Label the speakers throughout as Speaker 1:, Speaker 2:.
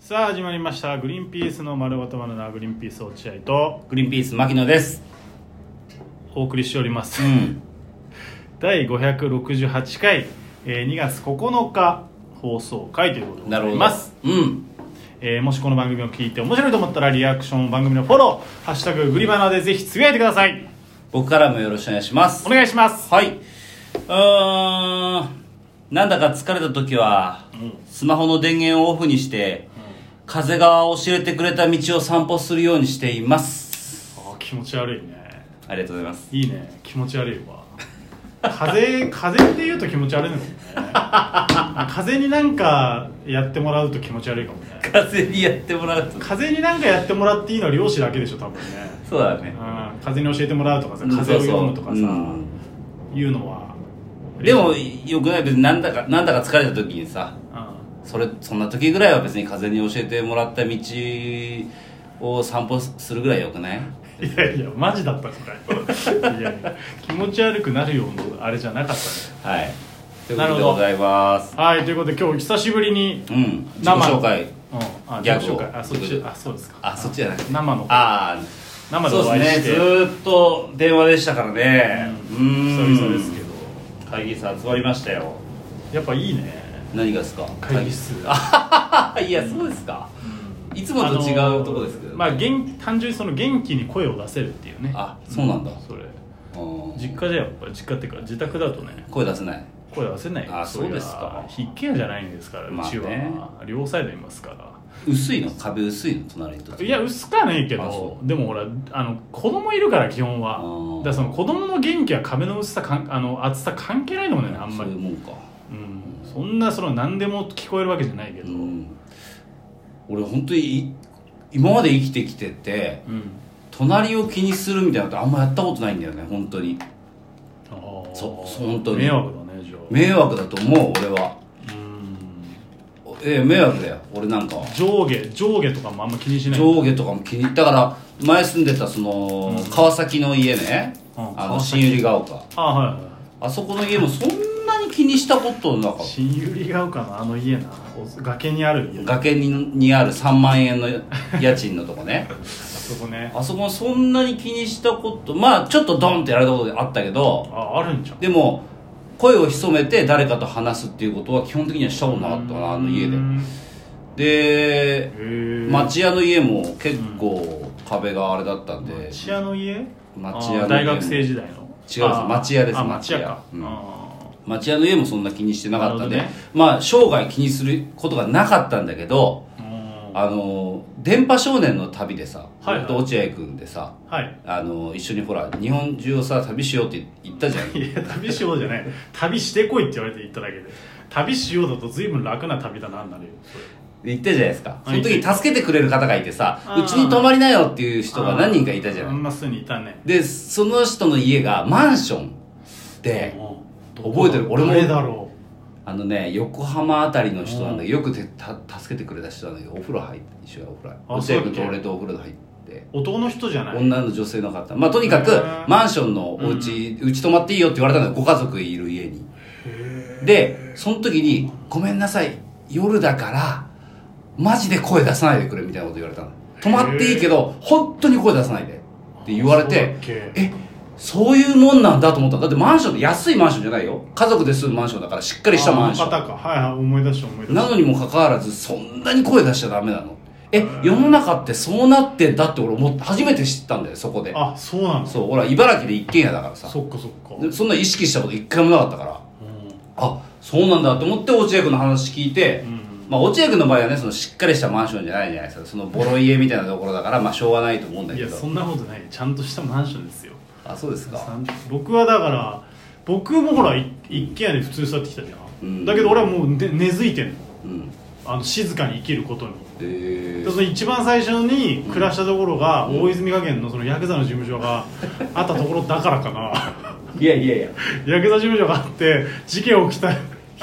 Speaker 1: さあ始まりましたグリーンピースの丸ごとバナナグリーンピース落合と
Speaker 2: グリーンピース牧野です。
Speaker 1: お送りしております、
Speaker 2: うん。
Speaker 1: 第568回、えー2月9日放送回ということで
Speaker 2: な
Speaker 1: ござ
Speaker 2: るほ
Speaker 1: い
Speaker 2: ど。
Speaker 1: ます、。
Speaker 2: うん。
Speaker 1: えーもしこの番組を聞いて面白いと思ったらリアクション番組のフォロー「ハッシュタググリバナ」でぜひつぶやいてください
Speaker 2: 僕からもよろしくお願いします
Speaker 1: お。願いします
Speaker 2: はい。うーん。なんだか疲れた時は、
Speaker 1: ん
Speaker 2: スマホの電源をオフにして、風が教えてくれた道を散歩するようにしています。
Speaker 1: あー気持ち悪いね
Speaker 2: ありがとうございます。
Speaker 1: いいね気持ち悪いわ風風って言うと気持ち悪いのかもね風になんかやってもらうと気持ち悪いかもね
Speaker 2: 風にやってもらうと。
Speaker 1: 風になんかやってもらっていいのは漁師だけでしょ多分ね、
Speaker 2: そうだ
Speaker 1: う
Speaker 2: ね。
Speaker 1: ん、風に教えてもらうとかさ
Speaker 2: うん
Speaker 1: 風を読むとかさ、
Speaker 2: そうそううん
Speaker 1: いうのは
Speaker 2: でも、よくない。別になんだか、なんだか疲れた時にさ、
Speaker 1: う
Speaker 2: それそんな時ぐらいは別に風に教えてもらった道を散歩するぐらいよくない
Speaker 1: ん、いやいやマジだった からいやいや気持ち悪くなるようなあれじゃなかったね
Speaker 2: はいというこ
Speaker 1: なる
Speaker 2: と
Speaker 1: ほ
Speaker 2: で
Speaker 1: ど
Speaker 2: ございます
Speaker 1: はいということで今日久しぶりに、
Speaker 2: う
Speaker 1: うん、
Speaker 2: ん自己紹介
Speaker 1: あ
Speaker 2: ギャ
Speaker 1: 自
Speaker 2: グ
Speaker 1: 己
Speaker 2: を
Speaker 1: 紹介あそっちあそうですか
Speaker 2: あそっちじゃなくて
Speaker 1: 生の
Speaker 2: ああ
Speaker 1: 生でお
Speaker 2: そう
Speaker 1: 会い
Speaker 2: です
Speaker 1: して
Speaker 2: ねずーっと電話でしたからね
Speaker 1: う
Speaker 2: うんん
Speaker 1: 久々ですけど
Speaker 2: 会議室集まりましたよ
Speaker 1: やっぱいいね
Speaker 2: 何がですか
Speaker 1: 会議室
Speaker 2: あいやそうですかいつもと違うとこですけど
Speaker 1: まあ元単純にその元気に声を出せるっていうね
Speaker 2: あそうなんだ
Speaker 1: それ
Speaker 2: うん
Speaker 1: 実家じゃやっぱ実家っていうか自宅だとね
Speaker 2: 声出せない
Speaker 1: 声出せない
Speaker 2: あそうですか
Speaker 1: そりゃ必見じゃないんですからう
Speaker 2: まあね
Speaker 1: ちは、両サイドいますから
Speaker 2: 薄いの壁薄いの隣と
Speaker 1: いや薄くはないけ
Speaker 2: あ
Speaker 1: ど
Speaker 2: そ
Speaker 1: でもほらあの子供いるから基本
Speaker 2: あ
Speaker 1: は
Speaker 2: ー
Speaker 1: だからその子供の元気は壁の薄さかんあの厚さ関係ないのもねあんま
Speaker 2: そういう
Speaker 1: り
Speaker 2: もんか
Speaker 1: うんそんなその何でも聞こえるわけじゃないけど
Speaker 2: う
Speaker 1: うん
Speaker 2: ん、俺本当にい今まで生きてきてて隣を気にするみたいなことあんまやったことないんだよね本当に
Speaker 1: あー
Speaker 2: そうそう本当に
Speaker 1: 迷惑だねじゃ
Speaker 2: 迷惑だと思う俺は
Speaker 1: あうん
Speaker 2: おええ迷惑だよ俺なんかは
Speaker 1: 上下上下とかもあんま気にしない
Speaker 2: 上下とかも気にだから前住んでたその、川崎の家ね、
Speaker 1: うん
Speaker 2: あ
Speaker 1: 川
Speaker 2: の
Speaker 1: 崎
Speaker 2: 新百合ヶ丘
Speaker 1: あはいはいはい
Speaker 2: あそこの家もそんなに気にしたことなかった
Speaker 1: 新百合ヶ丘のあの家なお崖にある家
Speaker 2: 崖ににある3万円の家賃のとこ ね
Speaker 1: あそこね
Speaker 2: あそこもそんなに気にしたことまあちょっとドンってやられたことあったけど
Speaker 1: ああるんじゃん
Speaker 2: でも声を潜めて誰かと話すっていうことは基本的にはしたことなかったなあの家で
Speaker 1: うん
Speaker 2: で
Speaker 1: へえ
Speaker 2: 町屋の家も結構壁があれだったんで、
Speaker 1: 町屋の家
Speaker 2: 町屋の家
Speaker 1: あ大学生時代の
Speaker 2: す町屋です
Speaker 1: あ町屋か
Speaker 2: 町屋うん
Speaker 1: あー
Speaker 2: 町屋の家もそんな気にしてなかったんで、
Speaker 1: なるほ
Speaker 2: まあ生涯気にすることがなかったんだけど
Speaker 1: うん
Speaker 2: あの電波少年の旅でさ、
Speaker 1: はいはい
Speaker 2: 僕と落合君でさ
Speaker 1: はい
Speaker 2: あの一緒にほら日本中をさ旅しようって言っ たじゃん
Speaker 1: いや旅しようじゃない旅してこいって言われて行っただけで旅しようだと随分楽な旅だなになるよそれ
Speaker 2: 言ったじゃないですかそ
Speaker 1: 言
Speaker 2: の
Speaker 1: った
Speaker 2: 時に助けてくれる方がいてさ
Speaker 1: あー
Speaker 2: うちに泊まりなよっていう人が何人かいたじゃ
Speaker 1: あ
Speaker 2: ない
Speaker 1: んま数にいたね
Speaker 2: でその人の家がマンションで
Speaker 1: うん
Speaker 2: 覚えてる俺も
Speaker 1: 誰だろ
Speaker 2: あのね横浜あたりの人なんだけどよくてた助けてくれた人なんだけどお風呂入って一緒にお風呂
Speaker 1: あ
Speaker 2: 入って落
Speaker 1: そ
Speaker 2: 合
Speaker 1: うだっ
Speaker 2: 君
Speaker 1: け
Speaker 2: と俺とお風呂入って。
Speaker 1: う男の人じゃない
Speaker 2: 女の女性の方まあとにか
Speaker 1: へ
Speaker 2: く
Speaker 1: ー
Speaker 2: マンションのお家、うち泊まっていいよって言われたのよご家族いる家にでその時に「ごめんなさい夜だからマジで声出さないでくれ」みたいなこと言われたの泊まっていいけど本当に声出さないでって言われ
Speaker 1: そうだ
Speaker 2: て
Speaker 1: っけ
Speaker 2: えそういうもんなんだと思ったのだってマンションって安いマンションじゃないよ家族で住むマンションだからしっかりしたマンション
Speaker 1: あの方かはいはい思い出した思い出した
Speaker 2: なのにもかかわらずそんなに声出しちゃダメなのえ世の中ってそうなってんだって俺思って初めて知ったんだよそこで
Speaker 1: あそうなのそ
Speaker 2: そうほら茨城で一軒家だからさ
Speaker 1: っかそっか
Speaker 2: でそんな意識したこと一回もなかったから
Speaker 1: う
Speaker 2: あそうなんだと思って落合君の話聞いて、
Speaker 1: ん、
Speaker 2: まあ、落合君の場合はねそのしっかりしたマンションじゃないじゃないですかそのボロ家みたいなところだからまあしょうがないと思うん
Speaker 1: う
Speaker 2: だ
Speaker 1: ん、い
Speaker 2: け
Speaker 1: や
Speaker 2: ど
Speaker 1: そんなことないちゃんとしたマンションですよ
Speaker 2: あそうですか
Speaker 1: さん僕はだから僕もほらい一軒家で普通に座ってきたじゃん、
Speaker 2: うん
Speaker 1: だけど俺はもうね根付いてんの
Speaker 2: うん
Speaker 1: あの静かに生きることに
Speaker 2: え
Speaker 1: で
Speaker 2: ー
Speaker 1: その一番最初に暮らしたところが、大泉学園のそのヤクザの事務所があったところだからかな
Speaker 2: いやいやいや
Speaker 1: ヤクザ事務所があって事件起きたあ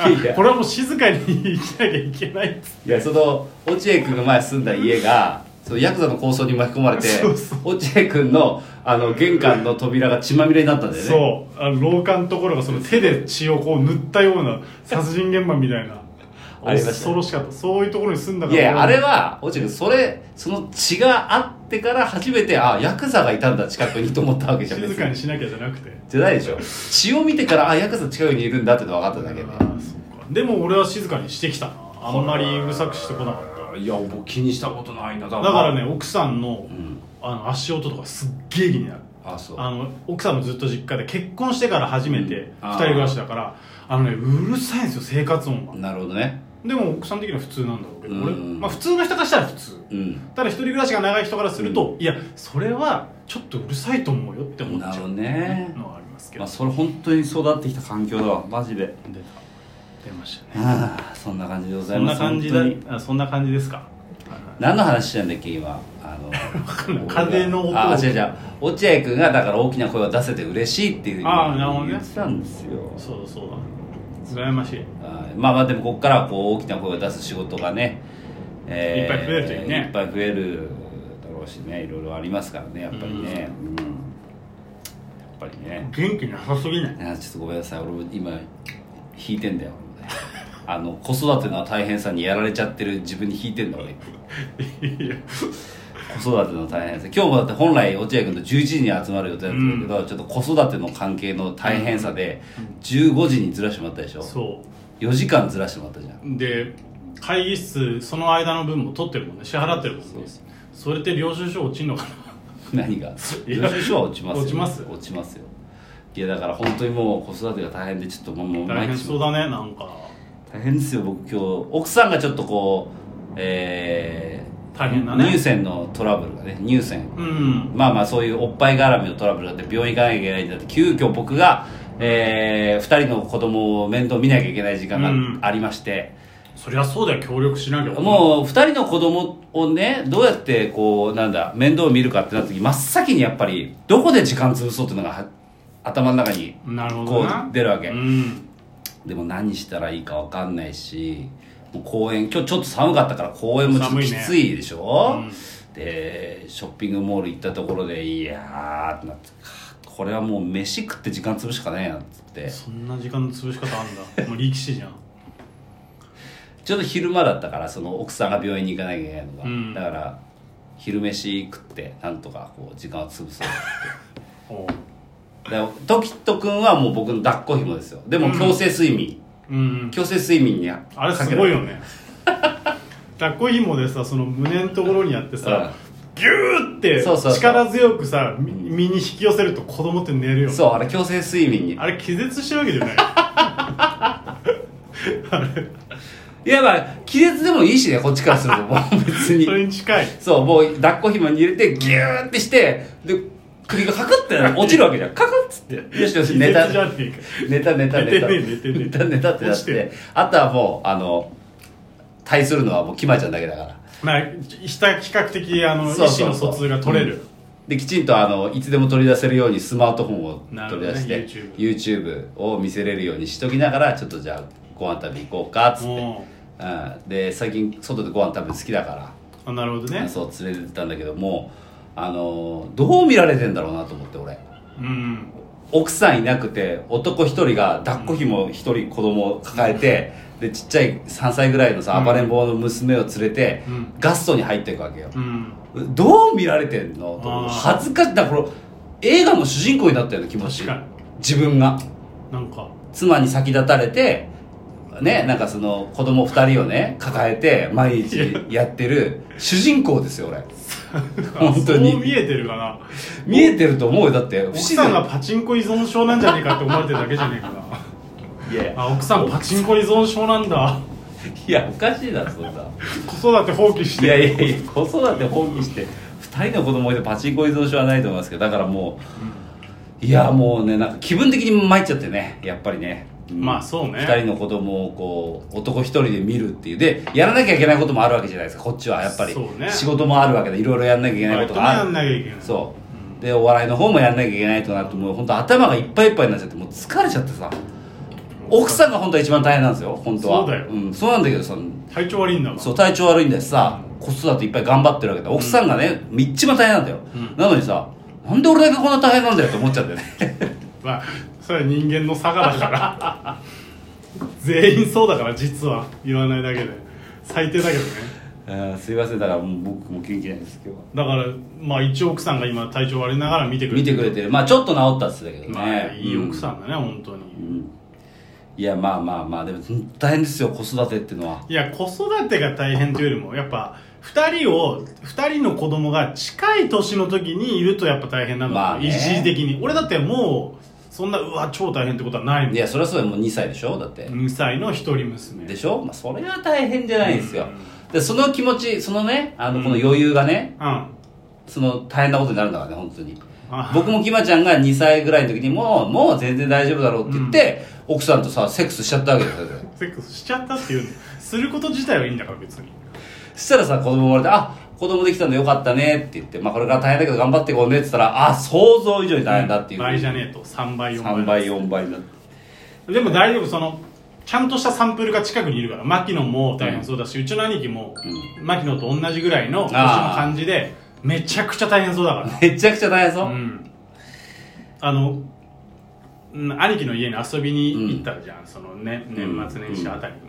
Speaker 2: いやいや
Speaker 1: これはもう静かに生きなきゃいけないっつって
Speaker 2: いやその落合君が前住んだ家がそのヤクザの抗争に巻き込まれて
Speaker 1: そうそう
Speaker 2: 落合君のあの玄関の扉が血まみれになったんだよね
Speaker 1: そうあの廊下のところがその手で血をこう塗ったような殺人現場みたいな
Speaker 2: ありました
Speaker 1: 恐
Speaker 2: よ
Speaker 1: ろしかったそういうところに住んだか
Speaker 2: い
Speaker 1: ら
Speaker 2: やいやあれは落合君それその血があってから初めてあヤクザがいたんだ近くにと思ったわけじゃない
Speaker 1: 静
Speaker 2: です
Speaker 1: かにしなきゃじゃなくて
Speaker 2: じゃないでしょ血を見てからあヤクザ近くにいるんだっての分かっただけ
Speaker 1: あーそうかでも俺は静かにしてきたなあんまりうるさくしてこなかった
Speaker 2: でいや僕気にしたことないなだ
Speaker 1: だからね奥さんの
Speaker 2: うん
Speaker 1: あの足音とかすっげえ気になる
Speaker 2: あそう
Speaker 1: あの奥さんもずっと実家で結婚してから初め
Speaker 2: う
Speaker 1: て
Speaker 2: んあー
Speaker 1: 二人暮らしだからあのねうるさいんですよ生活音が
Speaker 2: なるほどね
Speaker 1: でも奥さん的には普通なんだろうけど俺、
Speaker 2: うん
Speaker 1: まあ、普通の人からしたら普通
Speaker 2: うん
Speaker 1: ただ一人暮らしが長い人からすると、いやそれはちょっとうるさいと思うよって思っ
Speaker 2: な
Speaker 1: ち
Speaker 2: る
Speaker 1: ゃ
Speaker 2: ほ
Speaker 1: う
Speaker 2: どね
Speaker 1: のはありますけど、
Speaker 2: まあそれ本当に育ってきた環境だわマジで
Speaker 1: 出た出ましたね
Speaker 2: ああそんな感じでござ
Speaker 1: そ
Speaker 2: い
Speaker 1: ん
Speaker 2: ま
Speaker 1: な
Speaker 2: す
Speaker 1: 感じだ
Speaker 2: 本当に
Speaker 1: あそんな感じですかはいはい
Speaker 2: 何の話してんだっけ今あ の
Speaker 1: かんない風の音を
Speaker 2: あ違う違う落合君がだから大きな声を出せて嬉しいっていうふうに
Speaker 1: あーなるほどね
Speaker 2: 言ってたんですよ
Speaker 1: そうだそうだ羨ましい
Speaker 2: はいまあまあでもここからはこう大きな声を出す仕事がね、えー
Speaker 1: いっぱい増えるといいね
Speaker 2: いっぱい増えるだろうしねいろいろありますからねやっぱりねうんやっぱりね
Speaker 1: 元気なさすぎない
Speaker 2: あーちょっとごめんなさい俺も今引いてんだよ俺 もねあの子育ての大変さにやられちゃってる自分に引いてんだ俺
Speaker 1: いや
Speaker 2: 子育ての大変さ今日もだって本来落合君と11時に集まる予定だったんだけど、ちょっと子育ての関係の大変さで15時にずらしてもらったでしょ
Speaker 1: そ
Speaker 2: 4時間ずらしてもらったじゃん
Speaker 1: う で会議室その間の分も取ってるもんね支払ってるもんね
Speaker 2: そうそ
Speaker 1: それって領収書落ちんのかな
Speaker 2: 何が
Speaker 1: いや
Speaker 2: 領収書は落ちますよ
Speaker 1: 落ちます
Speaker 2: 落ちますよいやだから本当にもう子育てが大変でちょっともうもう
Speaker 1: 大変そう
Speaker 2: 毎
Speaker 1: だねなんか
Speaker 2: 日大変ですよ僕今日奥さんがちょっとこうえー、
Speaker 1: 大変だね
Speaker 2: 乳腺のトラブルがね乳腺
Speaker 1: うん
Speaker 2: まあまあそういうおっぱい絡みのトラブルがあって病院行かなきゃいけないんだって急遽僕が、えー、2人の子供を面倒見なきゃいけない時間
Speaker 1: うん
Speaker 2: がありまして、
Speaker 1: そりゃそうだよ協力しなきゃ
Speaker 2: もう2人の子供をねどうやってこうなんだ面倒を見るかってなった時真っ先にやっぱりどこで時間潰そうっていうのがは頭の中に
Speaker 1: なるほ
Speaker 2: こ
Speaker 1: ど
Speaker 2: う
Speaker 1: な
Speaker 2: 出るわけ、
Speaker 1: うん
Speaker 2: でも何したらいいか分かんないしもう公園今日ちょっと寒かったから公園もちょっと
Speaker 1: 寒い
Speaker 2: き
Speaker 1: ね
Speaker 2: ついでしょ、
Speaker 1: うん
Speaker 2: でショッピングモール行ったところでいやーってなってこれはもう飯食って時間潰しかねえなっつって
Speaker 1: そんな時間の潰し方あんだもう力士じ ゃん
Speaker 2: ちょうど昼間だったからその奥さんが病院に行かなきゃいけないのが、
Speaker 1: うん
Speaker 2: だから昼飯食ってなんとかこう時間を潰そう
Speaker 1: おう
Speaker 2: でトキット君はもう僕の抱っこ紐ですよでも強制睡眠、
Speaker 1: うん
Speaker 2: 強制睡眠に
Speaker 1: あれ
Speaker 2: か
Speaker 1: す
Speaker 2: け
Speaker 1: ごい
Speaker 2: ら
Speaker 1: よね抱っこ紐でさその胸のところにやってさ、ギューって
Speaker 2: そうそうそう
Speaker 1: 力強くさみ身に引き寄せると子供って寝るよね
Speaker 2: そうあれ強制睡眠に
Speaker 1: あれ気絶してるわけじゃ ないあれ
Speaker 2: いやまあ亀裂でもいいしねこっちからすると もう別に
Speaker 1: それに近い
Speaker 2: そう、もう抱っこ紐に入れて、ギューってして、で、首がカクって落ちる わけじゃん。カクッつって。よしよし、
Speaker 1: 気
Speaker 2: 寝た
Speaker 1: 絶じ。ゃねえか
Speaker 2: 寝た寝た
Speaker 1: 寝
Speaker 2: 寝た。
Speaker 1: てねえ寝てねえ
Speaker 2: 寝た寝たってな
Speaker 1: 落
Speaker 2: っ
Speaker 1: ちて
Speaker 2: て
Speaker 1: る。
Speaker 2: あとはもう、あの、対するのはもうキマちゃんだけだから。
Speaker 1: まあひた比較的あの
Speaker 2: そうそう
Speaker 1: 意
Speaker 2: そう
Speaker 1: 思の疎通が取れる、
Speaker 2: で、きちんとあの、いつでも取り出せるようにスマートフォンを
Speaker 1: なるほ
Speaker 2: 取
Speaker 1: ど
Speaker 2: り
Speaker 1: ね
Speaker 2: 出して、YouTube を見せれるようにしときながら、ちょっとじゃあ、ご飯食べ行こうか、つって。
Speaker 1: も
Speaker 2: うん。で、最近、外でご飯食べるの好きだから。
Speaker 1: うあなるほどね
Speaker 2: そう連れてったんだけどもあのどう見られてんだろうなと思って俺
Speaker 1: うん
Speaker 2: 奥さんいなくて男一人が抱っこひも一人子供を抱えて、でちっちゃい3歳ぐらいのさ
Speaker 1: うん
Speaker 2: 暴れん坊の娘を連れて、
Speaker 1: うん
Speaker 2: ガストに入っていくわけよ、
Speaker 1: うん
Speaker 2: どう見られてんのと思う
Speaker 1: あー
Speaker 2: 恥ずかしいだからこの映画の主人公になったような気持ち
Speaker 1: 確かに
Speaker 2: 自分が
Speaker 1: なんか
Speaker 2: 妻に先立たれてねなんかその子供二人をね抱えて毎日やってる主人公ですよ俺本当に
Speaker 1: そう見えてるかな
Speaker 2: 見えてると思うよだって不
Speaker 1: 奥
Speaker 2: 自
Speaker 1: さんが
Speaker 2: 然
Speaker 1: パチンコ依存症なんじゃねえかって思われてるだけじゃねえかな
Speaker 2: いやいや
Speaker 1: あ奥さんパチンコ依存症なんだ
Speaker 2: いやおかしいなそんな
Speaker 1: 子育て放棄し
Speaker 2: い
Speaker 1: て
Speaker 2: やいやいや子育て放棄して2人の子供いてパチンコ依存症はないと思いますけどだからもういやもうねなんか気分的に参っちゃってねやっぱりね、ん
Speaker 1: まあそうね
Speaker 2: 2人の子供をこう男1人で見るっていうでやらなきゃいけないこともあるわけじゃないですかこっちはやっぱり、
Speaker 1: そうね
Speaker 2: 仕事もあるわけでいろいろやんなきゃいけないことがあ
Speaker 1: バイト
Speaker 2: る
Speaker 1: もやんなきゃいけない
Speaker 2: そうでお笑いの方もやんなきゃいけないとなるともう本当頭がいっぱいいっぱいになっちゃってもう疲れちゃってさ奥さんが本当は一番大変なんですよ本当は
Speaker 1: そうだよ
Speaker 2: ん、そうなんだけどさ
Speaker 1: 体調悪いんだもん
Speaker 2: そう体調悪いんだしさ子育ていっぱい頑張ってるわけだ奥さんがね、一番大変なんだよ、
Speaker 1: うん
Speaker 2: なのにさなんで俺だけこんな大変なんだよって思っちゃってね
Speaker 1: まあそれは人間の差がだから 全員そうだから実は言わないだけで最低だけどね
Speaker 2: あー すいませんだからもう僕も元気ないです今日は
Speaker 1: だからまあ一応奥さんが今体調悪いながら見てくれ
Speaker 2: 見
Speaker 1: て
Speaker 2: てくれてるまあちょっと治ったっつってたけどね、
Speaker 1: まあいい奥
Speaker 2: ん、
Speaker 1: さんだね、本当
Speaker 2: う
Speaker 1: に
Speaker 2: ん、いやまあまあまあでもほんと大変ですよ子育てっていうのはい
Speaker 1: や子育てが大変というよりもやっぱ2人を2人の子供が近い年の時にいるとやっぱ大変なの、
Speaker 2: まあね
Speaker 1: 一時的に俺だってもうそんなうわ超大変ってことはないもん
Speaker 2: いやそれはそうだよもう2歳でしょだって、
Speaker 1: 2歳の一人娘
Speaker 2: でしょ、まあ、それは大変じゃないんですよ、でその気持ちそのねあのこの余裕がね、
Speaker 1: うん
Speaker 2: その大変なことになるんだからね本当に
Speaker 1: あ
Speaker 2: 僕もきまちゃんが2歳ぐらいの時にもうもう全然大丈夫だろうって言って、奥さんとさセックスしちゃったわけですよそれ
Speaker 1: セックスしちゃったっていうのすること自体はいいんだから別に
Speaker 2: そしたらさ子供生まれて「あ子供できたのよかったね」って言って「まあこれから大変だけど頑張っていこうね」って言ったら「あ想像以上に大変だ」っていう
Speaker 1: 倍じゃねえと3倍4
Speaker 2: 3倍4倍になって
Speaker 1: でも大丈夫そのちゃんとしたサンプルが近くにいるから牧野も大変そうだし、うちの兄貴も牧野と同じぐらいの年の感じでめちゃくちゃ大変そうだか
Speaker 2: めちゃくちゃ大変そう、
Speaker 1: らうんあのうん兄貴の家に遊びに行ったじゃん、その、ね、年末年始あたりに、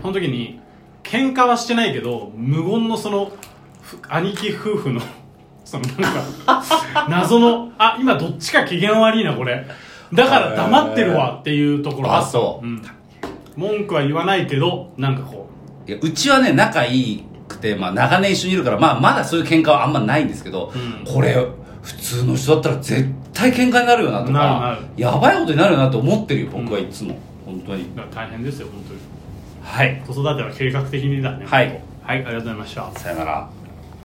Speaker 1: その時に喧嘩はしてないけど無言のそのふ兄貴夫婦の その なんか謎のあ今どっちか機嫌悪いなこれだから黙ってるわっていうところ
Speaker 2: あそう
Speaker 1: うん、文句は言わないけどなんかこう
Speaker 2: いやうちはね仲いいくて、まあ、長年一緒にいるから、まあ、まだそういう喧嘩はあんまないんですけど、これ普通の人だったら絶対喧嘩になるよなとか
Speaker 1: なるなる
Speaker 2: やばいことになるよなと思ってるよ僕はいつも、本当に
Speaker 1: だから大変ですよ本当に
Speaker 2: はい
Speaker 1: 子育ては計画的にだね
Speaker 2: はい、
Speaker 1: はい、ありがとうございました
Speaker 2: さよなら